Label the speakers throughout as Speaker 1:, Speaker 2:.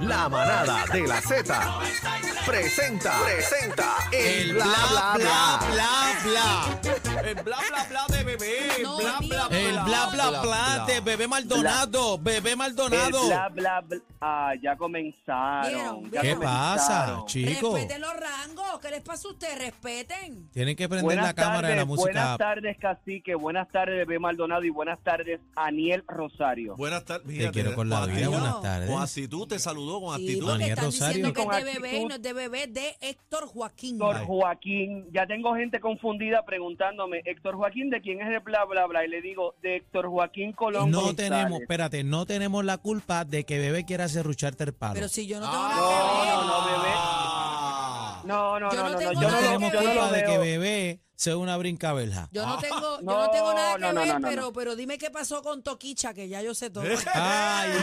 Speaker 1: La manada de la Z presenta, presenta el bla bla bla.
Speaker 2: bla bla.
Speaker 3: El bla bla bla de bebé.
Speaker 4: No,
Speaker 3: bla, bla, bla,
Speaker 4: El
Speaker 2: El bla bla bla de bebé Maldonado, bebé
Speaker 5: El
Speaker 2: Maldonado.
Speaker 5: bla, bla, bla. Ah, ya comenzaron.
Speaker 4: Vieron,
Speaker 5: ya
Speaker 2: ¿Qué
Speaker 4: Pero
Speaker 2: pasa,
Speaker 5: comenzaron.
Speaker 2: chicos?
Speaker 4: Respeten los rangos. ¿Qué les pasa a ustedes? Respeten.
Speaker 2: Tienen que prender
Speaker 5: Buenas
Speaker 2: la cámara de la
Speaker 5: tardes, buenas
Speaker 2: música.
Speaker 5: tardes, Cacique. Buenas tardes, Bebé Maldonado. Y buenas tardes, Aniel Rosario.
Speaker 3: Buenas tardes.
Speaker 2: Te
Speaker 3: Fíjate,
Speaker 2: quiero con la
Speaker 3: actitud-
Speaker 2: vida,
Speaker 4: buenas
Speaker 2: tardes.
Speaker 3: Con actitud, te saludó con
Speaker 4: Sí,
Speaker 3: actitud.
Speaker 4: porque
Speaker 2: Daniel
Speaker 4: están
Speaker 2: Rosario.
Speaker 4: diciendo que es de bebé
Speaker 5: Con
Speaker 4: y
Speaker 5: actitud.
Speaker 4: no es de bebé de Héctor Joaquín.
Speaker 5: Héctor
Speaker 2: Ay.
Speaker 5: Joaquín. Ya tengo gente confundida preguntándome, Héctor Joaquín, ¿de quién es el bla, bla, bla? Y le digo, de Héctor Joaquín Colón
Speaker 2: No
Speaker 5: González.
Speaker 2: tenemos, espérate, no tenemos la culpa de que bebé quiera cerrucharte el palo.
Speaker 4: Pero si yo no tengo nada que ver.
Speaker 5: Ah, No, no,
Speaker 4: Yo
Speaker 5: bebé. No, no, no,
Speaker 4: no
Speaker 5: no, no,
Speaker 4: tengo
Speaker 2: no
Speaker 5: yo no
Speaker 4: nada
Speaker 5: lo-
Speaker 2: tenemos
Speaker 4: que
Speaker 5: yo no
Speaker 4: ver.
Speaker 2: culpa
Speaker 5: lo
Speaker 2: de que
Speaker 5: veo.
Speaker 2: bebé sea una brincaberja.
Speaker 4: Yo no tengo, yo no
Speaker 5: Ah, No,
Speaker 4: tengo nada que
Speaker 5: no, no,
Speaker 4: ver,
Speaker 5: no, no. Eh.
Speaker 4: pero, pero dime qué pasó con Toquicha, que ya yo sé todo.
Speaker 2: Ay,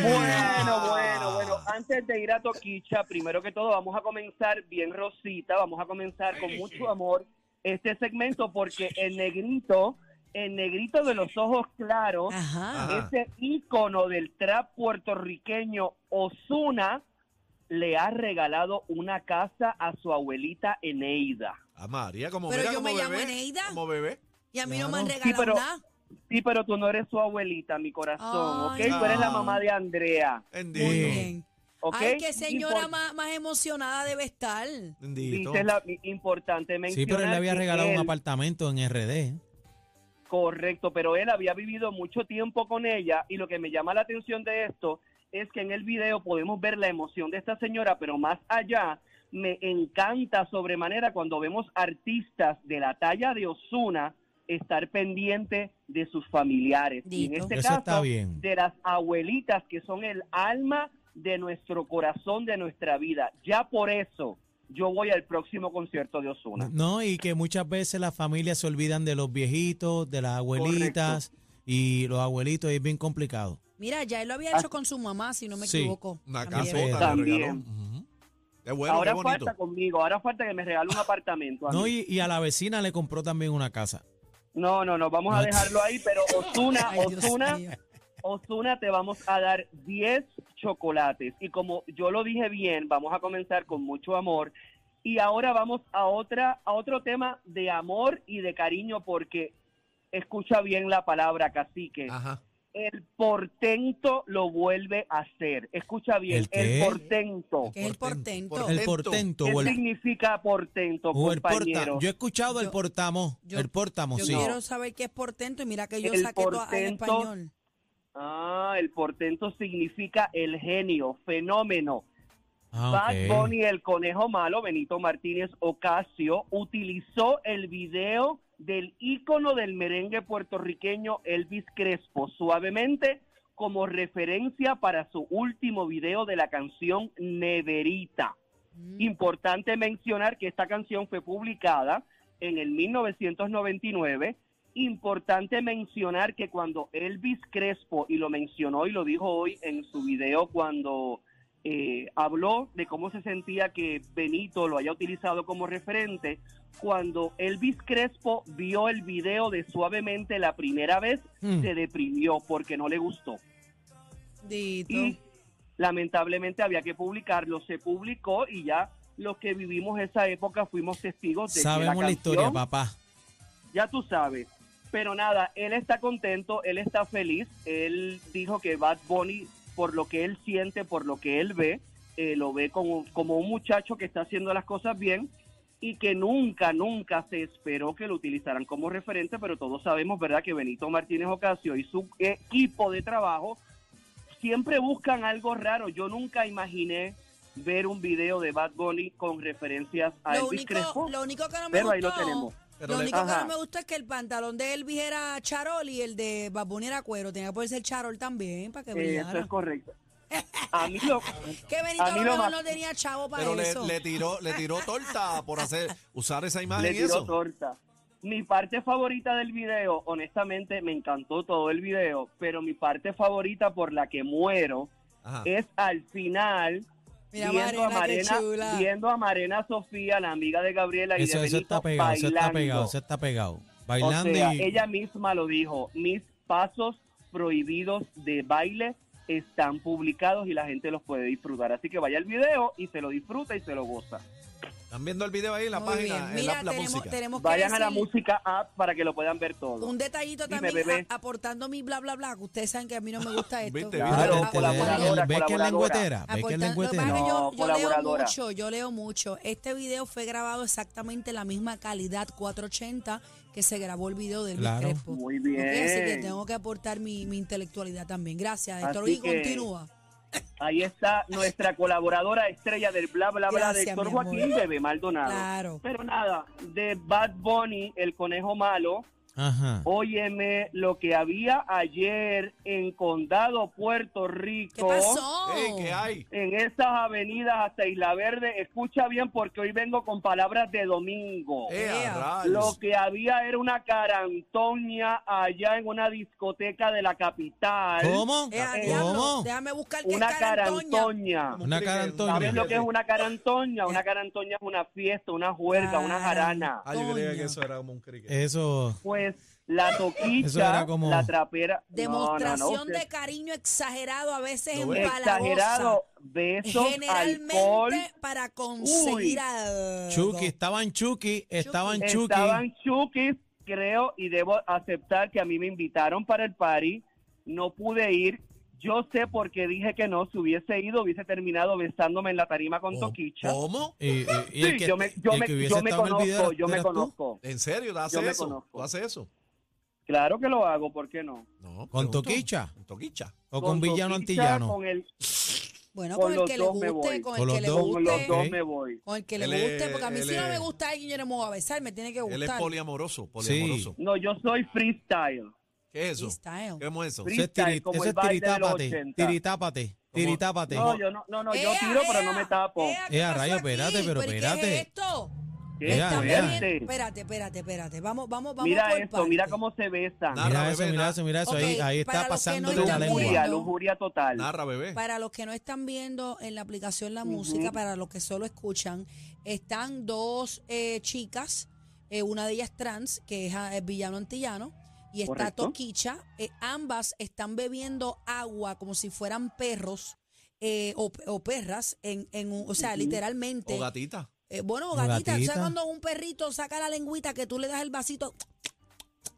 Speaker 5: Bueno,
Speaker 4: Ah.
Speaker 5: bueno, bueno. Antes de ir a Toquicha, primero que todo, vamos a comenzar bien Rosita, vamos a comenzar con mucho amor este segmento porque el negrito, el negrito de los ojos claros,
Speaker 4: Ajá.
Speaker 3: Ajá.
Speaker 5: ese ícono del trap puertorriqueño Osuna, le ha regalado una casa a su abuelita Eneida.
Speaker 3: A María, como
Speaker 4: Pero
Speaker 3: mira,
Speaker 4: yo
Speaker 3: como
Speaker 4: me llamo
Speaker 3: bebé,
Speaker 4: Eneida.
Speaker 3: Como bebé.
Speaker 4: Y a mí no
Speaker 2: Claro.
Speaker 4: me han
Speaker 2: Sí,
Speaker 4: regalado
Speaker 5: pero-
Speaker 4: nada.
Speaker 5: Sí, pero tú no eres su abuelita, mi corazón,
Speaker 4: Ay,
Speaker 5: ¿ok? Tú eres la
Speaker 3: no.
Speaker 5: mamá de Andrea,
Speaker 3: Bendito.
Speaker 4: Muy
Speaker 2: Sí.
Speaker 4: bien.
Speaker 5: ¿ok?
Speaker 4: Ay, qué señora
Speaker 5: Impor-
Speaker 4: más, más emocionada debe estar.
Speaker 3: Bendito.
Speaker 5: Dice la importante
Speaker 2: Sí, pero él le
Speaker 5: mencionar
Speaker 2: había
Speaker 5: que
Speaker 2: regalado un
Speaker 5: él-
Speaker 2: apartamento en RD.
Speaker 5: Correcto, pero él había vivido mucho tiempo con ella y lo que me llama la atención de esto es que en el video podemos ver la emoción de esta señora, pero más allá me encanta sobremanera cuando vemos artistas de la talla de Osuna estar pendiente de sus familiares. Y en
Speaker 4: Dito.
Speaker 5: este
Speaker 2: Eso está
Speaker 5: caso,
Speaker 2: bien.
Speaker 5: de las abuelitas que son el alma de nuestro corazón, de nuestra vida. Ya por eso yo voy al próximo concierto de Osuna.
Speaker 2: No, y que muchas veces las familias se olvidan de los viejitos, de las abuelitas y los abuelitos, y es bien complicado.
Speaker 4: Mira, ya él lo había
Speaker 5: Ah.
Speaker 4: hecho con su mamá, si no me
Speaker 2: Sí,
Speaker 4: equivoco.
Speaker 3: Una
Speaker 4: También.
Speaker 3: casota le
Speaker 5: También.
Speaker 3: regaló. Ujú. Qué bueno,
Speaker 5: ahora
Speaker 3: qué bonito.
Speaker 5: falta conmigo, ahora falta que me regale un apartamento. a
Speaker 2: No,
Speaker 5: mí.
Speaker 2: y, y a la vecina le compró también una casa.
Speaker 5: No, no, no, vamos
Speaker 2: No.
Speaker 5: a dejarlo ahí, pero Osuna,
Speaker 4: Ay, Dios
Speaker 5: Osuna,
Speaker 4: mío.
Speaker 5: Osuna, te vamos a dar 10 chocolates. Y como yo lo dije bien, vamos a comenzar con mucho amor. Y ahora vamos a, otra, a otro tema de amor y de cariño, porque escucha bien la palabra, cacique.
Speaker 2: Ah.
Speaker 3: Ajá.
Speaker 5: El portento lo vuelve a hacer. Escucha bien,
Speaker 2: ¿El qué?
Speaker 5: el portento.
Speaker 4: Que es el portento.
Speaker 2: El portento
Speaker 5: ¿Qué
Speaker 2: o el,
Speaker 5: significa portento,
Speaker 2: o el porta.
Speaker 5: compañero?
Speaker 2: Yo he escuchado el
Speaker 4: Yo-
Speaker 2: portamo.
Speaker 4: yo-
Speaker 2: el portamo,
Speaker 4: Yo
Speaker 2: sí.
Speaker 4: quiero saber qué es portento y mira que yo
Speaker 5: El
Speaker 4: saqué todo en
Speaker 5: portento-
Speaker 4: español.
Speaker 5: Ah, el portento significa el genio, fenómeno.
Speaker 2: Ah, ok.
Speaker 5: Bad Bunny, el conejo malo, Benito Martínez Ocasio, utilizó el video del ícono del merengue puertorriqueño Elvis Crespo, suavemente, como referencia para su último video de la canción Neverita.
Speaker 4: Mm.
Speaker 5: Importante mencionar que esta canción fue publicada en el 1999. Importante mencionar que cuando Elvis Crespo, y lo mencionó y lo dijo hoy en su video cuando eh, habló de cómo se sentía que Benito lo haya utilizado como referente, cuando Elvis Crespo vio el video de Suavemente la primera vez,
Speaker 2: Hmm.
Speaker 5: se deprimió porque no le gustó
Speaker 4: Dito.
Speaker 5: y lamentablemente había que publicarlo, se publicó y ya los que vivimos esa época fuimos testigos de que
Speaker 2: Sabemos la,
Speaker 5: la
Speaker 2: historia,
Speaker 5: canción,
Speaker 2: papá.
Speaker 5: ya tú sabes. Pero nada, él está contento, él está feliz, él dijo que Bad Bunny, por lo que él siente, por lo que él ve, eh, lo ve como, como un muchacho que está haciendo las cosas bien y que nunca, nunca se esperó que lo utilizaran como referente, pero todos sabemos, ¿verdad?, que Benito Martínez Ocasio y su equipo de trabajo siempre buscan algo raro. Yo nunca imaginé ver un video de Bad Bunny con referencias a
Speaker 4: Lo
Speaker 5: Elvis Crespo,
Speaker 4: único, lo único que no me
Speaker 5: pero ahí lo
Speaker 4: gustó.
Speaker 5: tenemos.
Speaker 3: Pero
Speaker 4: lo
Speaker 3: le-
Speaker 4: único que
Speaker 5: Ajá.
Speaker 4: no me gustó es que el pantalón de Elvis era charol y el de Baboni era cuero. Tenía que ponerse el charol también para que
Speaker 5: Eh, Eso
Speaker 4: brillara.
Speaker 5: es correcto. A mí lo,
Speaker 4: que Benito a
Speaker 5: a mí
Speaker 4: lo
Speaker 5: lo
Speaker 4: mejor
Speaker 5: más-
Speaker 4: no tenía chavo para
Speaker 3: Pero le,
Speaker 4: eso.
Speaker 3: le tiró, le tiró torta por hacer, usar esa
Speaker 5: le
Speaker 3: imagen y
Speaker 5: tiró
Speaker 3: eso.
Speaker 5: torta. Mi parte favorita del video, honestamente, me encantó todo el video, pero mi parte favorita por la que muero
Speaker 3: Ajá.
Speaker 5: es al final
Speaker 4: Mira,
Speaker 5: viendo,
Speaker 4: Marena,
Speaker 5: a
Speaker 4: qué
Speaker 5: Marena,
Speaker 4: chula.
Speaker 5: viendo a Marena Sofía, la amiga de Gabriela y
Speaker 2: Eso,
Speaker 5: de
Speaker 2: eso
Speaker 5: Benito,
Speaker 2: está pegado, eso está
Speaker 5: bailando.
Speaker 2: pegado, eso está pegado. Bailando
Speaker 5: o sea,
Speaker 2: y.
Speaker 5: ella misma lo dijo, mis pasos prohibidos de baile están publicados y la gente los puede disfrutar. Así que vaya al video y se lo disfruta y se lo goza.
Speaker 3: Están viendo el video ahí en la
Speaker 4: Muy bien.
Speaker 3: página, en
Speaker 4: Mira,
Speaker 3: la, la
Speaker 4: tenemos,
Speaker 3: música.
Speaker 4: tenemos que
Speaker 5: Vayan a la
Speaker 4: decir-
Speaker 5: música app para que lo puedan ver todo.
Speaker 4: Un detallito
Speaker 5: Dime,
Speaker 4: también
Speaker 5: bebé.
Speaker 4: a- aportando mi bla bla bla, que ustedes saben que a mí no me gusta esto.
Speaker 3: Viste,
Speaker 5: Claro,
Speaker 2: Viste, te-
Speaker 5: colaboradora,
Speaker 2: el- ¿Ves que es
Speaker 5: colaboradora.
Speaker 2: lengüetera?
Speaker 3: Ah,
Speaker 2: ¿Ves
Speaker 3: pues,
Speaker 2: que es
Speaker 4: Aportando- lo que pasa es
Speaker 2: lengüetera?
Speaker 4: que yo,
Speaker 5: No,
Speaker 4: yo leo
Speaker 5: colaboradora.
Speaker 4: mucho, yo leo mucho. Este video fue grabado exactamente la misma calidad 480 que se grabó el video del
Speaker 2: Claro.
Speaker 4: Crespo.
Speaker 5: Muy
Speaker 4: Ok, Así que
Speaker 5: bien.
Speaker 4: tengo que aportar mi, mi intelectualidad también. Gracias, Héctor.
Speaker 5: Así
Speaker 4: Y
Speaker 5: que- ah,
Speaker 4: continúa.
Speaker 5: Ahí está nuestra colaboradora estrella del bla bla bla de
Speaker 4: Gracias,
Speaker 5: Héctor
Speaker 4: mi amor.
Speaker 5: Joaquín Bebé Maldonado.
Speaker 4: Claro.
Speaker 5: Pero nada, de Bad Bunny, el conejo malo,
Speaker 2: Ajá.
Speaker 5: óyeme lo que había ayer en Condado Puerto Rico.
Speaker 4: ¿Qué pasó?
Speaker 3: Ey, ¿Qué hay?
Speaker 5: En esas avenidas hasta Isla Verde, escucha bien porque hoy vengo con palabras de domingo.
Speaker 3: Eh, a
Speaker 4: Ea.
Speaker 3: rayos.
Speaker 5: Lo que había era una carantoña allá en una discoteca de la capital.
Speaker 2: ¿Cómo?
Speaker 4: Eh, a diablo,
Speaker 2: ¿Cómo?
Speaker 4: déjame buscar que
Speaker 5: Una
Speaker 4: es carantoña.
Speaker 5: carantoña.
Speaker 2: Una cara
Speaker 5: ¿Sabes lo que es una carantoña?
Speaker 4: Ya.
Speaker 5: Una carantoña es una fiesta, una juerga, una jarana.
Speaker 3: Ah, yo creía
Speaker 4: Coño.
Speaker 3: que eso era como un cricket.
Speaker 5: Eh,
Speaker 2: Eso.
Speaker 5: Pues la
Speaker 2: Eso
Speaker 5: toquilla,
Speaker 2: era como-
Speaker 5: la trapera. no,
Speaker 4: Ah. Demostración
Speaker 5: no, no,
Speaker 4: de cariño exagerado, a veces
Speaker 3: Lo
Speaker 4: en
Speaker 3: veo.
Speaker 5: Exagerado, besos,
Speaker 4: Generalmente
Speaker 5: alcohol.
Speaker 4: para conseguir algo.
Speaker 2: Chucky, estaban Chucky, estaban Chucky.
Speaker 5: Estaban Chuquis, creo, y debo aceptar que a mí me invitaron para el party. No pude ir. Yo sé por qué dije que no. Si hubiese ido, hubiese terminado besándome en la tarima con Toquicha.
Speaker 3: ¿Cómo?
Speaker 2: Y, y- Oh, y el
Speaker 5: Sí,
Speaker 2: que,
Speaker 5: yo me, yo
Speaker 2: el
Speaker 5: me,
Speaker 2: que hubiese
Speaker 5: yo me
Speaker 2: estado en el video
Speaker 5: conozco,
Speaker 2: era-
Speaker 5: yo me
Speaker 2: eras tú.
Speaker 5: conozco.
Speaker 3: ¿En serio? ¿Tú haces
Speaker 5: Yo me
Speaker 3: eso?
Speaker 5: conozco.
Speaker 3: ¿Tú haces eso?
Speaker 5: Claro que lo hago, ¿por qué no?
Speaker 3: No.
Speaker 2: ¿Con
Speaker 3: pregunto.
Speaker 2: Toquicha?
Speaker 3: ¿Con Toquicha?
Speaker 2: ¿O con, villano
Speaker 5: Toquicha,
Speaker 2: antillano?
Speaker 5: Con, el-
Speaker 4: Bueno,
Speaker 5: Con
Speaker 4: con, el
Speaker 5: los
Speaker 4: que le
Speaker 5: dos me
Speaker 4: guste,
Speaker 5: voy.
Speaker 4: con,
Speaker 2: Con
Speaker 4: el
Speaker 2: los
Speaker 4: que le
Speaker 2: dos.
Speaker 5: con los
Speaker 4: guste.
Speaker 5: dos
Speaker 2: Ok.
Speaker 5: me voy.
Speaker 4: Con el que le
Speaker 3: Él es-
Speaker 4: guste, porque a mí
Speaker 3: él
Speaker 4: si no
Speaker 3: es-
Speaker 4: me gusta alguien, yo no me voy a besar, me tiene que
Speaker 3: Él es
Speaker 4: gustar.
Speaker 3: poliamoroso, poliamoroso.
Speaker 5: No, yo soy freestyle.
Speaker 3: ¿Qué es eso?
Speaker 4: Freestyle.
Speaker 3: ¿Qué es eso?
Speaker 2: Eso es,
Speaker 5: freestyle,
Speaker 2: tiri-
Speaker 5: como
Speaker 2: eso
Speaker 5: el
Speaker 2: es
Speaker 5: baile de los
Speaker 2: tiritápate,
Speaker 5: 80.
Speaker 2: tiritápate, tiritápate.
Speaker 5: No, yo no, no, no, yo tiro, pero no me tapo.
Speaker 4: Ea, ¿qué
Speaker 2: Ea,
Speaker 4: pasó
Speaker 2: rayo,
Speaker 4: aquí?
Speaker 2: espérate, pero
Speaker 4: ¿y qué
Speaker 2: espérate.
Speaker 4: es esto?
Speaker 5: Qué
Speaker 2: Ea,
Speaker 4: Está
Speaker 2: ea.
Speaker 4: bien,
Speaker 5: fuerte.
Speaker 4: Espérate, espérate, espérate. Vamos, vamos, vamos.
Speaker 5: Mira
Speaker 4: por
Speaker 5: esto,
Speaker 4: partes.
Speaker 5: mira cómo se
Speaker 3: Nada.
Speaker 5: besan.
Speaker 2: Mira
Speaker 3: Narra,
Speaker 2: eso,
Speaker 3: bebé,
Speaker 2: mira
Speaker 3: na-
Speaker 2: eso, mira eso. Ahí,
Speaker 4: Ok,
Speaker 2: ahí está
Speaker 4: para los que no
Speaker 2: pasando de la
Speaker 4: están
Speaker 2: lengua.
Speaker 5: Lujuria,
Speaker 4: viendo.
Speaker 5: lujuria total.
Speaker 3: Narra, bebé.
Speaker 4: Para los que no están viendo en la aplicación la música, para los que solo escuchan, están dos eh, chicas, eh, una de ellas trans, que es, ah, es Villano Antillano, y está
Speaker 5: Correcto.
Speaker 4: Toquicha. eh, ambas están bebiendo agua como si fueran perros eh, o, o perras, en, en un- o sea, literalmente.
Speaker 3: ¿O gatita?
Speaker 4: Eh, bueno,
Speaker 2: O
Speaker 4: gatita, o sea,
Speaker 2: gatita.
Speaker 4: cuando un perrito saca la lengüita que tú le das el vasito,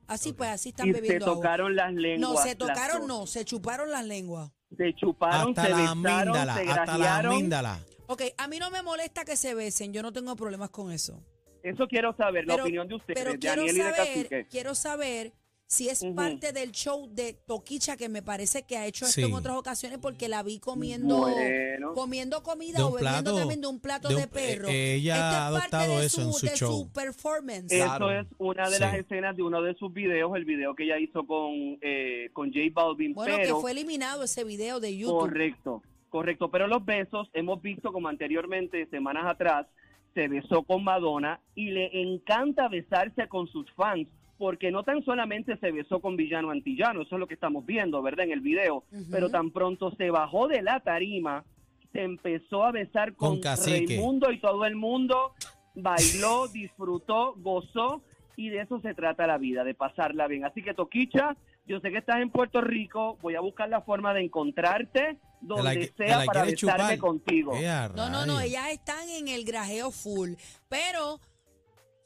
Speaker 4: así pues, así están
Speaker 5: y se
Speaker 4: bebiendo agua.
Speaker 5: tocaron las lenguas.
Speaker 4: No, se
Speaker 5: las
Speaker 4: tocaron,
Speaker 5: dos.
Speaker 4: no, se chuparon las lenguas.
Speaker 5: Se chuparon,
Speaker 2: Hasta
Speaker 5: se
Speaker 2: la
Speaker 5: besaron,
Speaker 2: amíndala,
Speaker 5: se
Speaker 2: hasta la
Speaker 5: grajearon.
Speaker 2: amíndala.
Speaker 4: Ok, a mí no me molesta que se besen, yo no tengo problemas con eso.
Speaker 5: Eso quiero saber, la
Speaker 4: Pero-
Speaker 5: opinión de ustedes,
Speaker 4: Pero
Speaker 5: de
Speaker 4: quiero
Speaker 5: Daniel y de
Speaker 4: saber,
Speaker 5: Cacique.
Speaker 4: quiero saber si es
Speaker 5: Ujú.
Speaker 4: parte del show de Toquicha que me parece que ha hecho esto
Speaker 2: Sí.
Speaker 4: en otras ocasiones porque la vi comiendo
Speaker 5: Bueno.
Speaker 4: comiendo
Speaker 2: De
Speaker 4: comida
Speaker 2: un
Speaker 4: o bebiendo
Speaker 2: plato,
Speaker 4: también de un plato
Speaker 2: de
Speaker 4: de,
Speaker 2: un-
Speaker 4: perro.
Speaker 2: eh, ella
Speaker 4: Esto
Speaker 2: ha
Speaker 4: es parte
Speaker 2: adoptado
Speaker 4: de
Speaker 2: eso en su
Speaker 4: de
Speaker 2: show.
Speaker 4: su performance.
Speaker 5: Eso
Speaker 3: Claro.
Speaker 5: es una de las
Speaker 2: Sí.
Speaker 5: escenas de uno de sus videos, el video que ella hizo con, eh, con J Balvin.
Speaker 4: bueno,
Speaker 5: pero
Speaker 4: que fue eliminado ese video de YouTube.
Speaker 5: Correcto, correcto. Pero los besos, hemos visto como anteriormente, semanas atrás, se besó con Madonna y le encanta besarse con sus fans, porque no tan solamente se besó con Villano Antillano, eso es lo que estamos viendo, ¿verdad? En el video,
Speaker 4: Ujú.
Speaker 5: pero tan pronto se bajó de la tarima, se empezó a besar
Speaker 2: Con
Speaker 5: con,
Speaker 2: Cacique.
Speaker 5: Raimundo y todo el mundo bailó, disfrutó, gozó y de eso se trata la vida, de pasarla bien. Así que Toquicha, yo sé que estás en Puerto Rico, voy a buscar la forma de encontrarte donde
Speaker 2: la que-
Speaker 5: sea
Speaker 2: la
Speaker 5: para
Speaker 2: quiere
Speaker 5: besarme
Speaker 2: chupar.
Speaker 5: contigo.
Speaker 2: Ea,
Speaker 4: No, no, no,
Speaker 2: rayos.
Speaker 4: ellas están en el grajeo full. Pero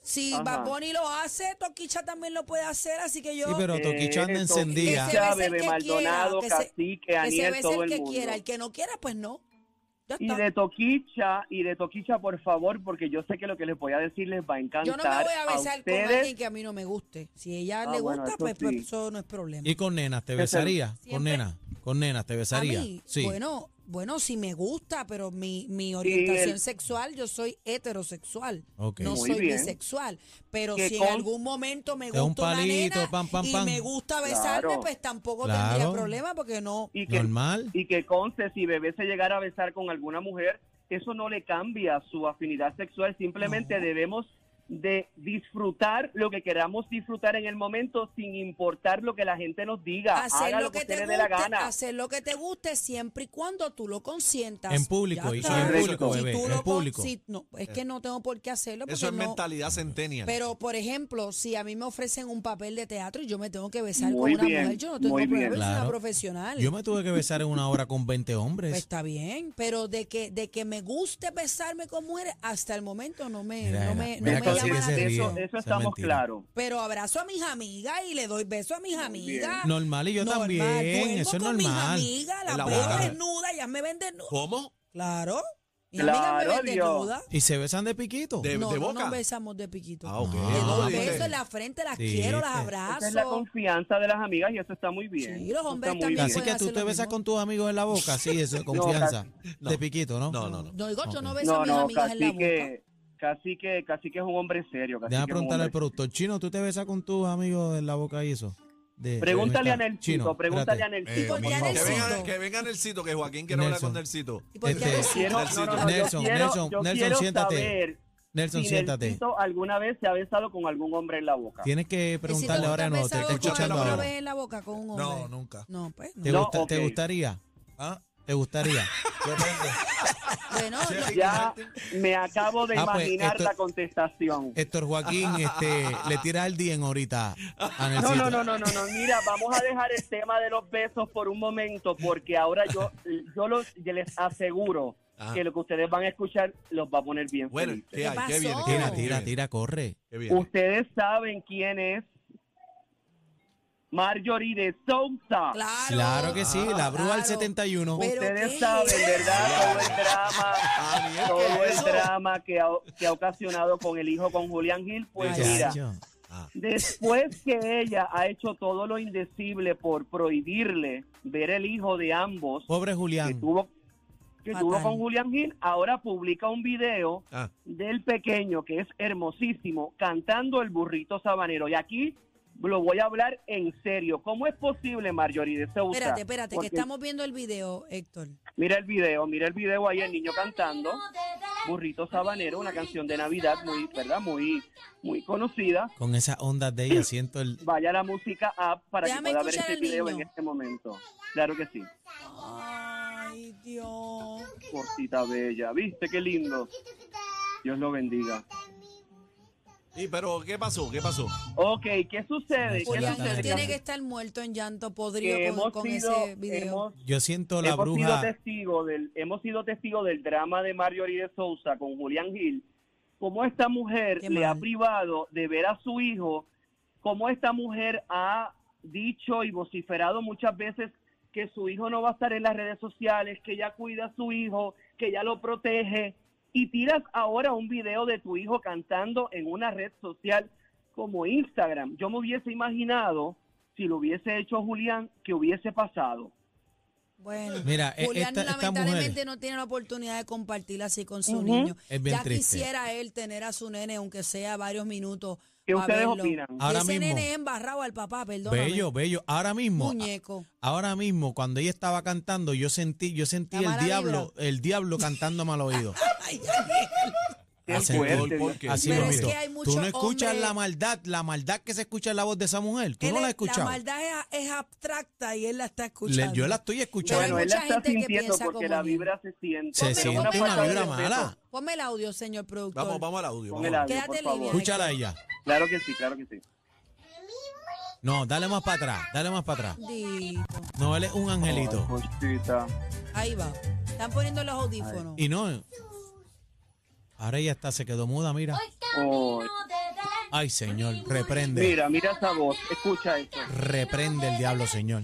Speaker 4: si
Speaker 5: Ajá.
Speaker 4: Bad Bunny lo hace, Toquicha también lo puede hacer, así que yo...
Speaker 2: Sí, pero Toquicha anda
Speaker 5: Eso,
Speaker 2: encendida.
Speaker 4: Ese-
Speaker 5: Eh,
Speaker 4: Que
Speaker 5: Toquicha,
Speaker 4: se bese el
Speaker 5: Bebé
Speaker 4: que
Speaker 5: Maldonado,
Speaker 4: quiera, que se-
Speaker 5: Cacique,
Speaker 4: que se
Speaker 5: Aniel,
Speaker 4: bese el
Speaker 5: todo el
Speaker 4: que
Speaker 5: mundo.
Speaker 4: quiera, el que no quiera, pues no. Ya
Speaker 5: Y
Speaker 4: está.
Speaker 5: de Toquicha, y de Toquicha, por favor, porque yo sé que lo que les voy a decir les va a encantar.
Speaker 4: Yo no me voy a besar con
Speaker 5: ustedes.
Speaker 4: alguien que a mí no me guste. Si ella
Speaker 5: Ah,
Speaker 4: le
Speaker 5: bueno,
Speaker 4: gusta,
Speaker 5: eso
Speaker 4: pues, pues,
Speaker 5: sí.
Speaker 4: eso no es problema.
Speaker 2: Y con nenas, te
Speaker 5: Ese-
Speaker 2: besaría.
Speaker 4: Siempre-
Speaker 2: Con nenas, con nenas, te
Speaker 4: a
Speaker 2: besaría.
Speaker 4: mí,
Speaker 2: Sí.
Speaker 4: bueno, bueno, si me gusta, pero mi, mi orientación
Speaker 5: el-
Speaker 4: sexual, yo soy heterosexual.
Speaker 2: Ok.
Speaker 4: No
Speaker 5: Muy
Speaker 4: soy
Speaker 5: bien.
Speaker 4: bisexual. Pero
Speaker 5: Que
Speaker 4: si en
Speaker 5: con-
Speaker 4: algún momento me
Speaker 2: Te da
Speaker 4: gusta
Speaker 2: un
Speaker 4: una
Speaker 2: palito,
Speaker 4: nena
Speaker 2: pam, pam,
Speaker 4: y
Speaker 2: pam.
Speaker 4: me gusta besarme,
Speaker 5: Claro.
Speaker 4: pues tampoco
Speaker 2: Claro.
Speaker 4: tendría problema porque no...
Speaker 5: Y que,
Speaker 2: Normal.
Speaker 5: y que conste, si bebé se llegara a besar con alguna mujer, eso no le cambia su afinidad sexual, simplemente
Speaker 4: No.
Speaker 5: debemos de disfrutar lo que queramos disfrutar en el momento sin importar lo que la gente nos diga.
Speaker 4: Hacer
Speaker 5: Haga
Speaker 4: lo que
Speaker 5: usted
Speaker 4: te
Speaker 5: le dé la
Speaker 4: guste,
Speaker 5: gana.
Speaker 4: hacer lo que te guste siempre y cuando tú lo consientas.
Speaker 2: En público,
Speaker 4: Ya
Speaker 2: y- y
Speaker 4: está.
Speaker 5: en público,
Speaker 4: Si
Speaker 2: bebé,
Speaker 4: tú
Speaker 2: en
Speaker 4: lo con-
Speaker 2: público.
Speaker 4: si- no, es que no tengo por qué hacerlo.
Speaker 3: Eso es
Speaker 4: porque no-
Speaker 3: mentalidad centenial.
Speaker 4: Pero, por ejemplo, si a mí me ofrecen un papel de teatro y yo me tengo que besar
Speaker 5: Muy
Speaker 4: con una
Speaker 5: bien,
Speaker 4: mujer, yo no tengo
Speaker 5: muy
Speaker 4: problema,
Speaker 5: bien.
Speaker 4: yo soy una
Speaker 2: Claro.
Speaker 4: profesional.
Speaker 2: Yo me tuve que besar en una hora con 20
Speaker 4: Pues
Speaker 2: hombres.
Speaker 4: está bien, pero de que de que me guste besarme con mujeres, hasta el momento no me,
Speaker 2: Mira,
Speaker 4: no
Speaker 2: mira,
Speaker 4: me, no
Speaker 2: mira
Speaker 4: me
Speaker 2: que
Speaker 5: Entonces,
Speaker 2: sí
Speaker 4: llama
Speaker 2: que
Speaker 4: la
Speaker 2: se ríe.
Speaker 5: eso,
Speaker 4: atención.
Speaker 5: eso
Speaker 2: Eso es
Speaker 5: estamos
Speaker 2: mentira.
Speaker 5: claros.
Speaker 4: Pero abrazo a mis amigas y le doy beso a mis amigas.
Speaker 2: Normal y yo
Speaker 4: Normal,
Speaker 2: también,
Speaker 4: duermo
Speaker 2: eso es
Speaker 4: con
Speaker 2: normal.
Speaker 4: mis amigas, las
Speaker 3: Es la
Speaker 4: veo
Speaker 3: boca.
Speaker 4: desnudas, ellas me ven desnudas.
Speaker 3: ¿Cómo?
Speaker 4: Claro, mis
Speaker 5: Claro,
Speaker 4: amigas me ven
Speaker 5: Dios.
Speaker 4: desnudas.
Speaker 2: ¿Y se besan de piquito?
Speaker 3: De-
Speaker 4: no, no
Speaker 3: boca?
Speaker 4: nos besamos de piquito.
Speaker 3: Ah, ok.
Speaker 4: Le
Speaker 2: Ah,
Speaker 4: doy
Speaker 2: bien.
Speaker 4: besos en la frente, las
Speaker 2: Sí, eh.
Speaker 4: quiero,
Speaker 2: sí.
Speaker 4: las
Speaker 5: Esa es la
Speaker 4: abrazo.
Speaker 5: confianza de las amigas y eso está muy bien.
Speaker 4: Sí, los
Speaker 5: Eso
Speaker 4: hombres
Speaker 5: está muy
Speaker 4: también
Speaker 5: bien.
Speaker 2: Así que
Speaker 4: pueden
Speaker 2: tú
Speaker 4: hacer
Speaker 2: te
Speaker 4: lo
Speaker 2: besas
Speaker 4: mismo.
Speaker 2: con tus amigos en la boca, sí, eso es confianza.
Speaker 3: no.
Speaker 2: De piquito, ¿no?
Speaker 3: No, no, no.
Speaker 4: No digo, yo no
Speaker 2: Ok.
Speaker 4: beso
Speaker 5: No,
Speaker 4: a mis
Speaker 5: no,
Speaker 4: amigas en la
Speaker 5: casi
Speaker 4: boca.
Speaker 5: que, casi que, casi que es un hombre serio. cacique
Speaker 2: Déjame
Speaker 5: es un
Speaker 2: preguntarle al
Speaker 5: hombre
Speaker 2: productor. Chino, ¿tú te besas con tus amigos en la boca y eso? De-
Speaker 5: Pregúntale a
Speaker 2: de-
Speaker 5: Nelsito, pregúntale a
Speaker 2: espérate.
Speaker 4: ¿Y
Speaker 5: Nelsito.
Speaker 4: por qué
Speaker 5: por
Speaker 4: a
Speaker 5: favor.
Speaker 3: Que venga,
Speaker 4: Nelsito?
Speaker 3: que venga Nelsito, que Joaquín quiere hablar
Speaker 2: Nelson.
Speaker 3: con Nelsito.
Speaker 4: ¿Y por qué
Speaker 2: Este,
Speaker 4: besas?
Speaker 5: Quiero- no, no, no, yo
Speaker 2: Nelson,
Speaker 5: quiero-
Speaker 2: Nelson,
Speaker 5: yo
Speaker 2: Nelson,
Speaker 5: quiero
Speaker 2: siéntate.
Speaker 5: saber
Speaker 2: Nelson,
Speaker 5: si
Speaker 2: siéntate.
Speaker 5: Nelsito alguna vez se ha besado con algún hombre en la boca.
Speaker 2: Tienes que preguntarle
Speaker 4: Necesito
Speaker 2: ahora de nuevo, te
Speaker 4: besar
Speaker 2: está
Speaker 4: boca
Speaker 2: escuchando
Speaker 4: con
Speaker 2: ahora.
Speaker 4: una vez en la boca con un hombre.
Speaker 6: No, nunca.
Speaker 4: No, pues.
Speaker 2: ¿Te,
Speaker 4: No.
Speaker 5: No,
Speaker 2: gusta- te
Speaker 5: ok.
Speaker 2: gustaría?
Speaker 3: ¿Ah?
Speaker 2: ¿Te gustaría?
Speaker 6: Depende.
Speaker 4: Bueno, no,
Speaker 5: Ya me acabo de
Speaker 2: Ah, pues,
Speaker 5: imaginar
Speaker 2: Ah, esto- eh,
Speaker 5: la contestación.
Speaker 2: Héctor Joaquín, este, le tiras el dien ahorita a
Speaker 5: No,
Speaker 2: Nelsito.
Speaker 5: no, no, no, no, no. Mira, vamos a dejar el tema de los besos por un momento, porque ahora yo, yo los, yo les aseguro
Speaker 2: Ah.
Speaker 3: Ajá.
Speaker 5: que lo que ustedes van a escuchar los va a poner bien
Speaker 3: Ah, Bueno,
Speaker 5: felices.
Speaker 3: ¿qué hay?
Speaker 4: pasó?
Speaker 3: ¿Qué viene? ¿Qué
Speaker 2: Tira,
Speaker 3: viene?
Speaker 2: tira,
Speaker 3: ¿Qué viene?
Speaker 2: tira, corre.
Speaker 3: ¿Qué viene?
Speaker 5: Ustedes saben quién es Marjorie de Sousa.
Speaker 4: claro.
Speaker 2: Claro que sí, la brúa al
Speaker 4: Claro.
Speaker 2: 71.
Speaker 4: Pero
Speaker 5: Ustedes
Speaker 4: qué
Speaker 5: saben,
Speaker 4: es.
Speaker 5: ¿verdad? Todo el drama,
Speaker 3: Ariel,
Speaker 5: todo
Speaker 3: Ah, ¿qué
Speaker 5: el
Speaker 3: es eso?
Speaker 5: drama que ha, que ha ocasionado con el hijo, con Julián Gil. Pues
Speaker 2: Ya,
Speaker 5: mira,
Speaker 2: yo.
Speaker 5: después que ella ha hecho todo lo indecible por prohibirle ver el hijo de ambos,
Speaker 2: Pobre
Speaker 5: que
Speaker 2: Julián.
Speaker 5: tuvo, que
Speaker 4: Fatal.
Speaker 5: tuvo con Julián Gil, ahora publica un video
Speaker 3: Ah.
Speaker 5: del pequeño, que es hermosísimo, cantando el burrito sabanero. Y aquí lo voy a hablar en serio. ¿Cómo es posible, Marjorie de Sousa?
Speaker 4: Espérate, espérate, que
Speaker 5: Porque
Speaker 4: estamos viendo el video, Héctor.
Speaker 5: Mira el video, mira el video ahí, el niño cantando. Burrito Sabanero, una canción de Navidad muy, ¿verdad? Muy, muy conocida.
Speaker 2: Con esas ondas de ella, siento el.
Speaker 5: Vaya a la música app para
Speaker 4: Déjame
Speaker 5: que pueda ver
Speaker 4: escuchar
Speaker 5: este
Speaker 4: al
Speaker 5: video
Speaker 4: niño.
Speaker 5: en este momento. Claro que sí.
Speaker 4: Ay, Dios.
Speaker 5: Cortita bella, ¿viste qué lindo? Dios lo bendiga.
Speaker 3: ¿Y pero qué pasó? ¿Qué pasó?
Speaker 5: Ok, ¿qué sucede? ¿Qué
Speaker 4: Julián
Speaker 2: Exactamente.
Speaker 5: sucede?
Speaker 4: tiene que estar muerto en llanto, podrido
Speaker 5: Que
Speaker 4: con,
Speaker 5: hemos
Speaker 4: con
Speaker 5: sido,
Speaker 4: ese video.
Speaker 5: hemos,
Speaker 2: Yo siento la
Speaker 5: hemos sido
Speaker 2: bruja.
Speaker 5: testigo del hemos sido testigo del drama de Marjorie de Sousa con Julián Gil cómo esta mujer
Speaker 4: Qué
Speaker 5: le
Speaker 4: mal.
Speaker 5: ha privado de ver a su hijo cómo esta mujer ha dicho y vociferado muchas veces que su hijo no va a estar en las redes sociales que ella cuida a su hijo que ella lo protege y tiras ahora un video de tu hijo cantando en una red social como Instagram yo me hubiese imaginado si lo hubiese hecho Julián que hubiese pasado
Speaker 4: Bueno,
Speaker 2: Mira, e-
Speaker 4: Julián
Speaker 2: esta, esta
Speaker 4: lamentablemente
Speaker 2: mujer.
Speaker 4: no tiene la oportunidad de compartir así con su
Speaker 5: Ujú.
Speaker 4: niño.
Speaker 2: Es bien
Speaker 4: ya
Speaker 2: triste.
Speaker 4: quisiera él tener a su nene, aunque sea varios minutos.
Speaker 5: ¿Qué
Speaker 4: pa'
Speaker 5: ustedes
Speaker 4: verlo.
Speaker 5: opinan?
Speaker 4: Y
Speaker 2: Ahora
Speaker 4: ese
Speaker 2: mismo.
Speaker 4: nene es embarrado al papá, perdóname.
Speaker 2: Bello, bello. Ahora mismo.
Speaker 4: Muñeco.
Speaker 2: Ahora mismo, cuando ella estaba cantando, yo sentí, yo sentí
Speaker 4: La
Speaker 2: el
Speaker 4: mala
Speaker 2: diablo, el diablo cantándome al oído.
Speaker 4: Ay, ay, ay.
Speaker 5: Qué
Speaker 2: Así,
Speaker 5: fuerte,
Speaker 3: ¿por
Speaker 5: Dios.
Speaker 3: qué?
Speaker 2: Así
Speaker 4: Pero
Speaker 2: lo
Speaker 4: es
Speaker 2: visto.
Speaker 4: que hay mucho
Speaker 2: Tú no escuchas
Speaker 4: hombre-
Speaker 2: la maldad, la maldad que se escucha en la voz de esa mujer. Tú
Speaker 4: Él
Speaker 2: no la has
Speaker 4: es- La
Speaker 2: escuchado.
Speaker 4: maldad es, es abstracta y él la está
Speaker 2: Le-
Speaker 4: escuchando.
Speaker 2: yo la estoy escuchando.
Speaker 4: Pero
Speaker 5: Bueno,
Speaker 4: hay
Speaker 5: él la
Speaker 4: mucha
Speaker 5: está
Speaker 4: gente que
Speaker 5: sintiendo
Speaker 4: piensa
Speaker 5: porque
Speaker 4: como
Speaker 5: la
Speaker 4: yo.
Speaker 5: vibra se siente.
Speaker 2: se
Speaker 4: Hombre,
Speaker 5: pero
Speaker 2: siente
Speaker 4: ponme
Speaker 2: una
Speaker 5: falta de
Speaker 2: vibra
Speaker 5: respeto.
Speaker 2: mala.
Speaker 4: Ponme el audio, señor productor.
Speaker 3: Vamos, vamos al audio.
Speaker 5: Pon
Speaker 3: vamos
Speaker 5: el
Speaker 3: al
Speaker 5: audio,
Speaker 4: Quédate
Speaker 5: por favor.
Speaker 4: línea.
Speaker 2: Escúchala a ella.
Speaker 5: Claro que sí, claro que sí.
Speaker 2: No, dale más para atrás, dale más para atrás.
Speaker 4: Bendito.
Speaker 2: No, él es un angelito.
Speaker 5: Ay, cosita.
Speaker 4: Ahí va. Están poniendo los audífonos.
Speaker 2: Y no. Ahora ella está, se quedó muda, mira.
Speaker 5: Ay.
Speaker 2: Ay, Señor, reprende.
Speaker 5: Mira, mira esa voz. Escucha esto.
Speaker 2: Reprende el diablo, Señor.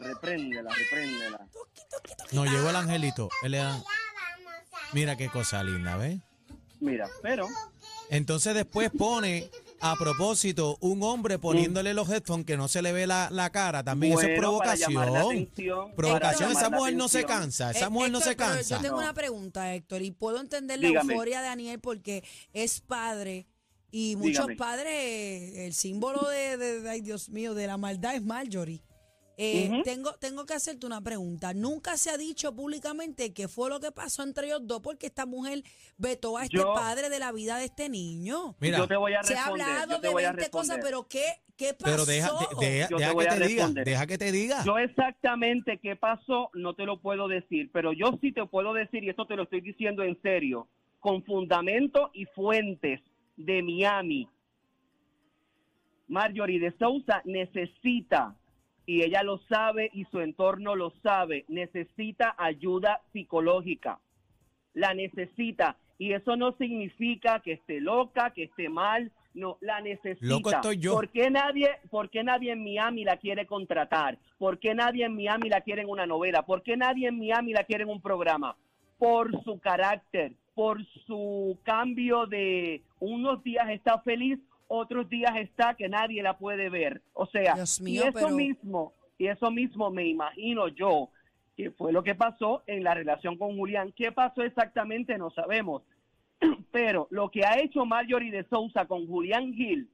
Speaker 5: Repréndela, repréndela.
Speaker 2: No, llegó el angelito. Él era- Mira qué cosa linda, ¿ves?
Speaker 5: Mira, pero
Speaker 2: Entonces después pone, a propósito, un hombre poniéndole los headphones que no se le ve la, la cara. También eso es
Speaker 5: Bueno, para llamar la
Speaker 2: provocación.
Speaker 5: atención,
Speaker 2: Provocación.
Speaker 4: para
Speaker 2: Esa
Speaker 5: llamar la
Speaker 2: mujer no se
Speaker 5: atención.
Speaker 2: cansa.
Speaker 4: Eh,
Speaker 2: Esa mujer no
Speaker 4: Héctor,
Speaker 2: se
Speaker 4: pero
Speaker 2: cansa.
Speaker 4: Yo tengo
Speaker 5: No.
Speaker 4: una pregunta, Héctor, y puedo entender la
Speaker 5: Dígame.
Speaker 4: euforia de Daniel porque es padre y muchos
Speaker 5: Dígame.
Speaker 4: padres, el símbolo de, de- de- ay Dios mío, de la maldad es Marjorie. Eh,
Speaker 5: Ujú.
Speaker 4: tengo, tengo que hacerte una pregunta. Nunca se ha dicho públicamente qué fue lo que pasó entre ellos dos porque esta mujer vetó a este
Speaker 5: Yo-
Speaker 4: padre de la vida de este niño.
Speaker 2: Mira,
Speaker 5: yo te voy a
Speaker 4: Se ha
Speaker 5: responder.
Speaker 4: hablado
Speaker 5: yo te
Speaker 4: de
Speaker 5: voy a
Speaker 4: 20 cosas,
Speaker 5: responder.
Speaker 4: pero ¿qué, qué pasó?
Speaker 2: pero deja, de- deja,
Speaker 5: Yo te
Speaker 2: deja
Speaker 5: voy
Speaker 2: que
Speaker 5: a
Speaker 2: te diga,
Speaker 5: responder.
Speaker 2: deja que te diga.
Speaker 5: Yo exactamente qué pasó no te lo puedo decir, pero yo sí te puedo decir, y esto te lo estoy diciendo en serio, con fundamento y fuentes de Miami. Marjorie de Sousa necesita, y ella lo sabe y su entorno lo sabe, necesita ayuda psicológica. La necesita. Y eso no significa que esté loca, que esté mal. No, la necesita.
Speaker 2: Loco estoy yo.
Speaker 5: ¿Por qué nadie, por qué nadie en Miami la quiere contratar? ¿Por qué nadie en Miami la quiere en una novela? ¿Por qué nadie en Miami la quiere en un programa? Por su carácter, por su cambio de unos días está feliz, otros días está que nadie la puede ver. O sea,
Speaker 4: Dios mío,
Speaker 5: y eso
Speaker 4: pero-
Speaker 5: mismo, y eso mismo me imagino yo que fue lo que pasó en la relación con Julián. ¿Qué pasó exactamente? No sabemos. Pero lo que ha hecho Marjorie de Sousa con Julián Gil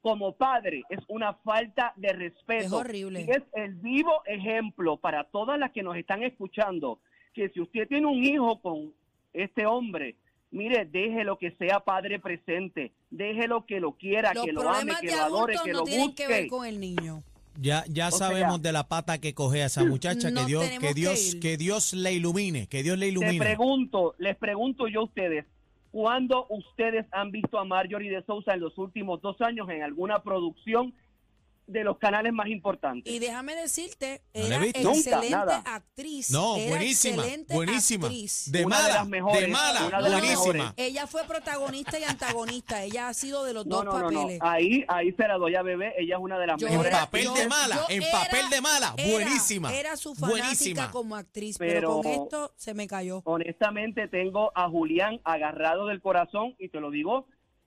Speaker 5: como padre es una falta de respeto.
Speaker 4: Es horrible.
Speaker 5: Y es el vivo ejemplo para todas las que nos están escuchando que si usted tiene un hijo con este hombre, mire, déjelo que sea padre presente, déjelo que lo quiera,
Speaker 4: Los
Speaker 5: que lo ame,
Speaker 4: problemas
Speaker 5: que
Speaker 4: de
Speaker 5: lo adore,
Speaker 4: adultos
Speaker 5: que
Speaker 4: no
Speaker 5: lo
Speaker 4: tienen
Speaker 5: busque.
Speaker 4: que ver con el niño.
Speaker 2: Ya, ya
Speaker 5: sea,
Speaker 2: sabemos de la pata que coge a esa muchacha, que
Speaker 4: nos
Speaker 2: Dios,
Speaker 4: tenemos
Speaker 2: que
Speaker 4: que
Speaker 2: Dios,
Speaker 4: ir.
Speaker 2: que Dios le ilumine, que Dios le
Speaker 5: Te
Speaker 2: ilumine.
Speaker 5: pregunto, les pregunto yo a ustedes, ¿cuándo ustedes han visto a Marjorie de Sousa en los últimos dos años en alguna producción de los canales más importantes?
Speaker 4: Y déjame decirte,
Speaker 2: No la he
Speaker 4: era
Speaker 2: visto.
Speaker 5: Nunca,
Speaker 4: excelente
Speaker 5: nada.
Speaker 4: actriz.
Speaker 2: No,
Speaker 4: era
Speaker 2: buenísima,
Speaker 4: excelente
Speaker 2: buenísima.
Speaker 4: actriz.
Speaker 2: De
Speaker 5: Una de
Speaker 2: mala,
Speaker 5: las mejores,
Speaker 2: de mala,
Speaker 5: una
Speaker 4: de las
Speaker 2: buenísima.
Speaker 4: Ella fue protagonista y antagonista. Ella ha sido de los
Speaker 5: no,
Speaker 4: dos
Speaker 5: no, Ah, no, no.
Speaker 4: papeles.
Speaker 5: Ahí, ahí se la doy a bebé. Ella es una de las
Speaker 4: Yo
Speaker 2: En
Speaker 5: mejores.
Speaker 4: era-
Speaker 2: papel
Speaker 4: yo-
Speaker 2: de mala,
Speaker 4: yo
Speaker 2: en
Speaker 4: era-
Speaker 2: papel de mala,
Speaker 4: era-
Speaker 2: buenísima,
Speaker 4: Era su fanática
Speaker 2: buenísima.
Speaker 4: como actriz, pero,
Speaker 5: Pero-
Speaker 4: con esto se me cayó.
Speaker 5: Honestamente, tengo a Julián agarrado del corazón y te lo digo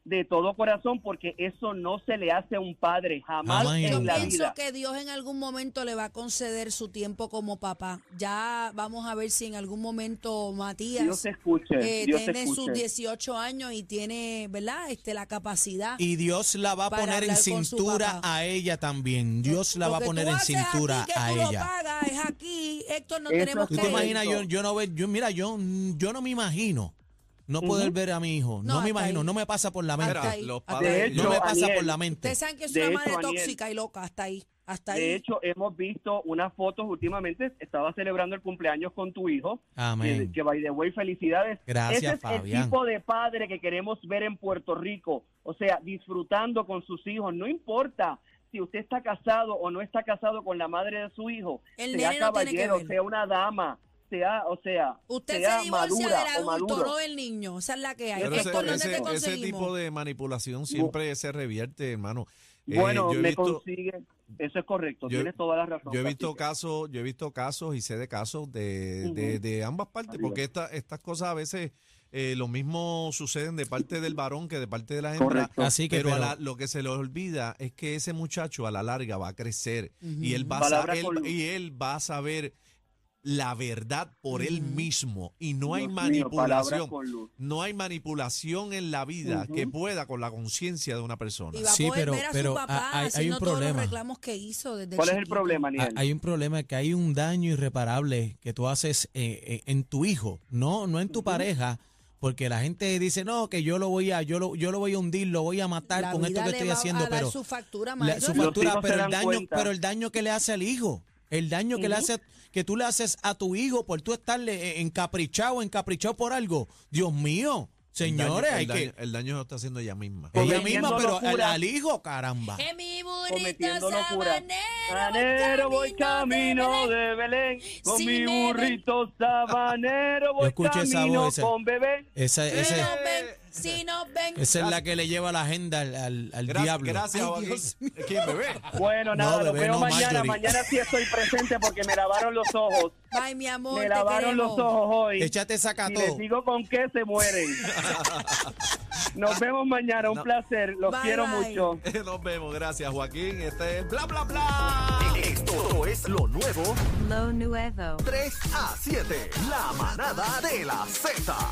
Speaker 5: de todo corazón porque eso no se le hace a un padre jamás
Speaker 2: Jamás.
Speaker 5: en
Speaker 4: Yo
Speaker 5: la
Speaker 4: pienso
Speaker 5: vida.
Speaker 4: que Dios en algún momento le va a conceder su tiempo como papá. Ya vamos a ver si en algún momento Matías
Speaker 5: Dios te escuche.
Speaker 4: eh,
Speaker 5: Dios te
Speaker 4: tiene sus
Speaker 5: escuche.
Speaker 4: 18 años y tiene, ¿verdad? Este la capacidad.
Speaker 2: Y Dios la va a
Speaker 4: Para
Speaker 2: poner en
Speaker 4: hablar con su
Speaker 2: cintura
Speaker 4: papá.
Speaker 2: a ella también. Dios la va a
Speaker 4: Lo que
Speaker 2: poner
Speaker 4: tú
Speaker 2: en
Speaker 4: haces
Speaker 2: cintura
Speaker 4: aquí, que
Speaker 2: a
Speaker 4: tú lo
Speaker 2: ella.
Speaker 4: pagas, es aquí, Héctor, no
Speaker 5: Eso
Speaker 4: tenemos
Speaker 5: es
Speaker 2: ¿Tú
Speaker 4: que
Speaker 2: te
Speaker 5: Ok.
Speaker 2: imaginas? Yo, yo no ver, yo, mira, yo, yo no me imagino no poder ver a mi hijo. No,
Speaker 4: No,
Speaker 2: me
Speaker 4: hasta
Speaker 2: imagino,
Speaker 4: ahí.
Speaker 2: no me pasa por la
Speaker 4: Hasta
Speaker 2: mente.
Speaker 3: Mira,
Speaker 4: ahí,
Speaker 3: los
Speaker 4: hasta
Speaker 3: padres.
Speaker 5: ahí.
Speaker 2: No me
Speaker 5: Yo,
Speaker 2: pasa por
Speaker 5: Aniel,
Speaker 2: la mente.
Speaker 4: Ustedes saben que es
Speaker 5: De
Speaker 4: una
Speaker 5: hecho,
Speaker 4: madre
Speaker 5: Aniel.
Speaker 4: tóxica y loca, hasta ahí, hasta ahí.
Speaker 5: De hecho, hemos visto unas fotos últimamente. Estaba celebrando el cumpleaños con tu hijo.
Speaker 2: Amén.
Speaker 5: Que, que, by the way, felicidades.
Speaker 2: Gracias,
Speaker 5: Ese es
Speaker 2: Fabián.
Speaker 5: el tipo de padre que queremos ver en Puerto Rico. O sea, disfrutando con sus hijos. No importa si usted está casado o no está casado con la madre de su hijo.
Speaker 4: El
Speaker 5: sea
Speaker 4: nene no tiene que
Speaker 5: caballero,
Speaker 4: ver.
Speaker 5: sea una dama, sea, o sea,
Speaker 4: Usted
Speaker 5: sea
Speaker 4: se divorcia
Speaker 5: madura
Speaker 4: del
Speaker 5: o
Speaker 4: adulto,
Speaker 5: maduro.
Speaker 4: no del niño. Esa es la que hay.
Speaker 3: Pero
Speaker 4: Héctor, ¿dónde
Speaker 3: ese,
Speaker 4: te
Speaker 3: ese- ese
Speaker 4: conseguimos?
Speaker 3: tipo de manipulación siempre se revierte, hermano. Eh,
Speaker 5: Bueno,
Speaker 3: yo he
Speaker 5: me
Speaker 3: visto-
Speaker 5: consigue. Eso es correcto.
Speaker 3: yo-
Speaker 5: tienes toda la razón.
Speaker 3: Yo he visto
Speaker 5: cacique.
Speaker 3: casos, yo he visto casos y sé de casos de, de-
Speaker 5: Ujú.
Speaker 3: de ambas partes, porque esta- estas cosas a veces eh, lo mismo suceden de parte del varón que de parte de la hembra.
Speaker 5: Correcto.
Speaker 2: Así que,
Speaker 3: pero, a
Speaker 2: pero-
Speaker 3: la- lo que se le olvida es que ese muchacho a la larga va a crecer y él va a
Speaker 5: Mm. Palabra
Speaker 3: sa- él-
Speaker 5: con luz.
Speaker 3: y él va a saber la verdad por él mismo y no hay
Speaker 5: Mm. Dios mío, palabras
Speaker 3: manipulación.
Speaker 5: con luz.
Speaker 3: no hay manipulación en la vida
Speaker 5: Ujú.
Speaker 3: que pueda con la conciencia de una persona.
Speaker 4: Y va a
Speaker 2: Sí,
Speaker 4: poder
Speaker 2: pero-
Speaker 4: ver a
Speaker 2: pero
Speaker 4: su papá
Speaker 2: hay- hay un
Speaker 4: haciendo todos
Speaker 2: problema.
Speaker 4: los reclamos que hizo desde
Speaker 5: ¿Cuál es el
Speaker 4: chiquito.
Speaker 5: problema,
Speaker 3: Ah,
Speaker 5: Aniel?
Speaker 2: Ha- Hay un problema que hay un daño irreparable que tú haces eh, eh, en tu hijo, no, no en tu pareja, porque la gente dice no que yo lo voy a, yo lo, yo lo voy a hundir, lo voy a matar
Speaker 4: La
Speaker 2: con esto
Speaker 4: vida
Speaker 2: que
Speaker 4: le
Speaker 2: estoy
Speaker 4: va
Speaker 2: haciendo,
Speaker 4: a dar
Speaker 2: pero
Speaker 4: su factura,
Speaker 2: la-
Speaker 4: mayor.
Speaker 2: su
Speaker 5: Los
Speaker 2: factura,
Speaker 5: hijos se
Speaker 2: pero el
Speaker 5: dan
Speaker 2: daño,
Speaker 5: cuenta.
Speaker 2: pero el daño que le hace al hijo, el daño que le hace, que tú le haces a tu hijo por tú estarle eh, encaprichado, encaprichado por algo, Dios mío, señores,
Speaker 3: el
Speaker 2: hay
Speaker 3: daño, el daño-
Speaker 2: que
Speaker 3: el daño lo está haciendo ella misma.
Speaker 2: ella
Speaker 5: Cometiendo
Speaker 2: misma, pero al,
Speaker 5: locura.
Speaker 2: al hijo, caramba.
Speaker 4: Que mi burrito
Speaker 5: cometiendo locura.
Speaker 4: sabanero
Speaker 5: Sabanero voy camino de Belén, con
Speaker 4: Si
Speaker 5: mi
Speaker 4: me
Speaker 5: burrito sabanero voy
Speaker 2: escuché esa
Speaker 5: camino
Speaker 2: voz, esa-
Speaker 5: con bebé.
Speaker 2: Esa,
Speaker 4: Si
Speaker 2: esa-
Speaker 4: nos ven, si nos ven.
Speaker 2: esa es la que le lleva la agenda al, al- al
Speaker 3: Gra-
Speaker 2: diablo.
Speaker 3: Gracias,
Speaker 4: Ay,
Speaker 3: Joaquín.
Speaker 4: Dios
Speaker 3: ¿Quién bebé?
Speaker 5: Bueno, nada,
Speaker 2: bebé,
Speaker 5: lo veo
Speaker 2: no,
Speaker 5: mañana.
Speaker 2: Marjorie.
Speaker 5: Mañana sí estoy presente porque me lavaron los ojos.
Speaker 4: Ay, mi amor,
Speaker 5: Me
Speaker 4: te
Speaker 5: lavaron los
Speaker 4: queremos.
Speaker 5: ojos hoy.
Speaker 2: Échate esa
Speaker 5: y les
Speaker 2: cató.
Speaker 5: digo con qué se mueren. Nos vemos mañana, un placer. Los
Speaker 4: Bye,
Speaker 5: quiero
Speaker 4: bye.
Speaker 5: mucho.
Speaker 3: Nos vemos, gracias Joaquín. Este es bla bla bla.
Speaker 1: Esto es lo nuevo
Speaker 6: Lo nuevo.
Speaker 1: 3 a 7. La manada de la Z.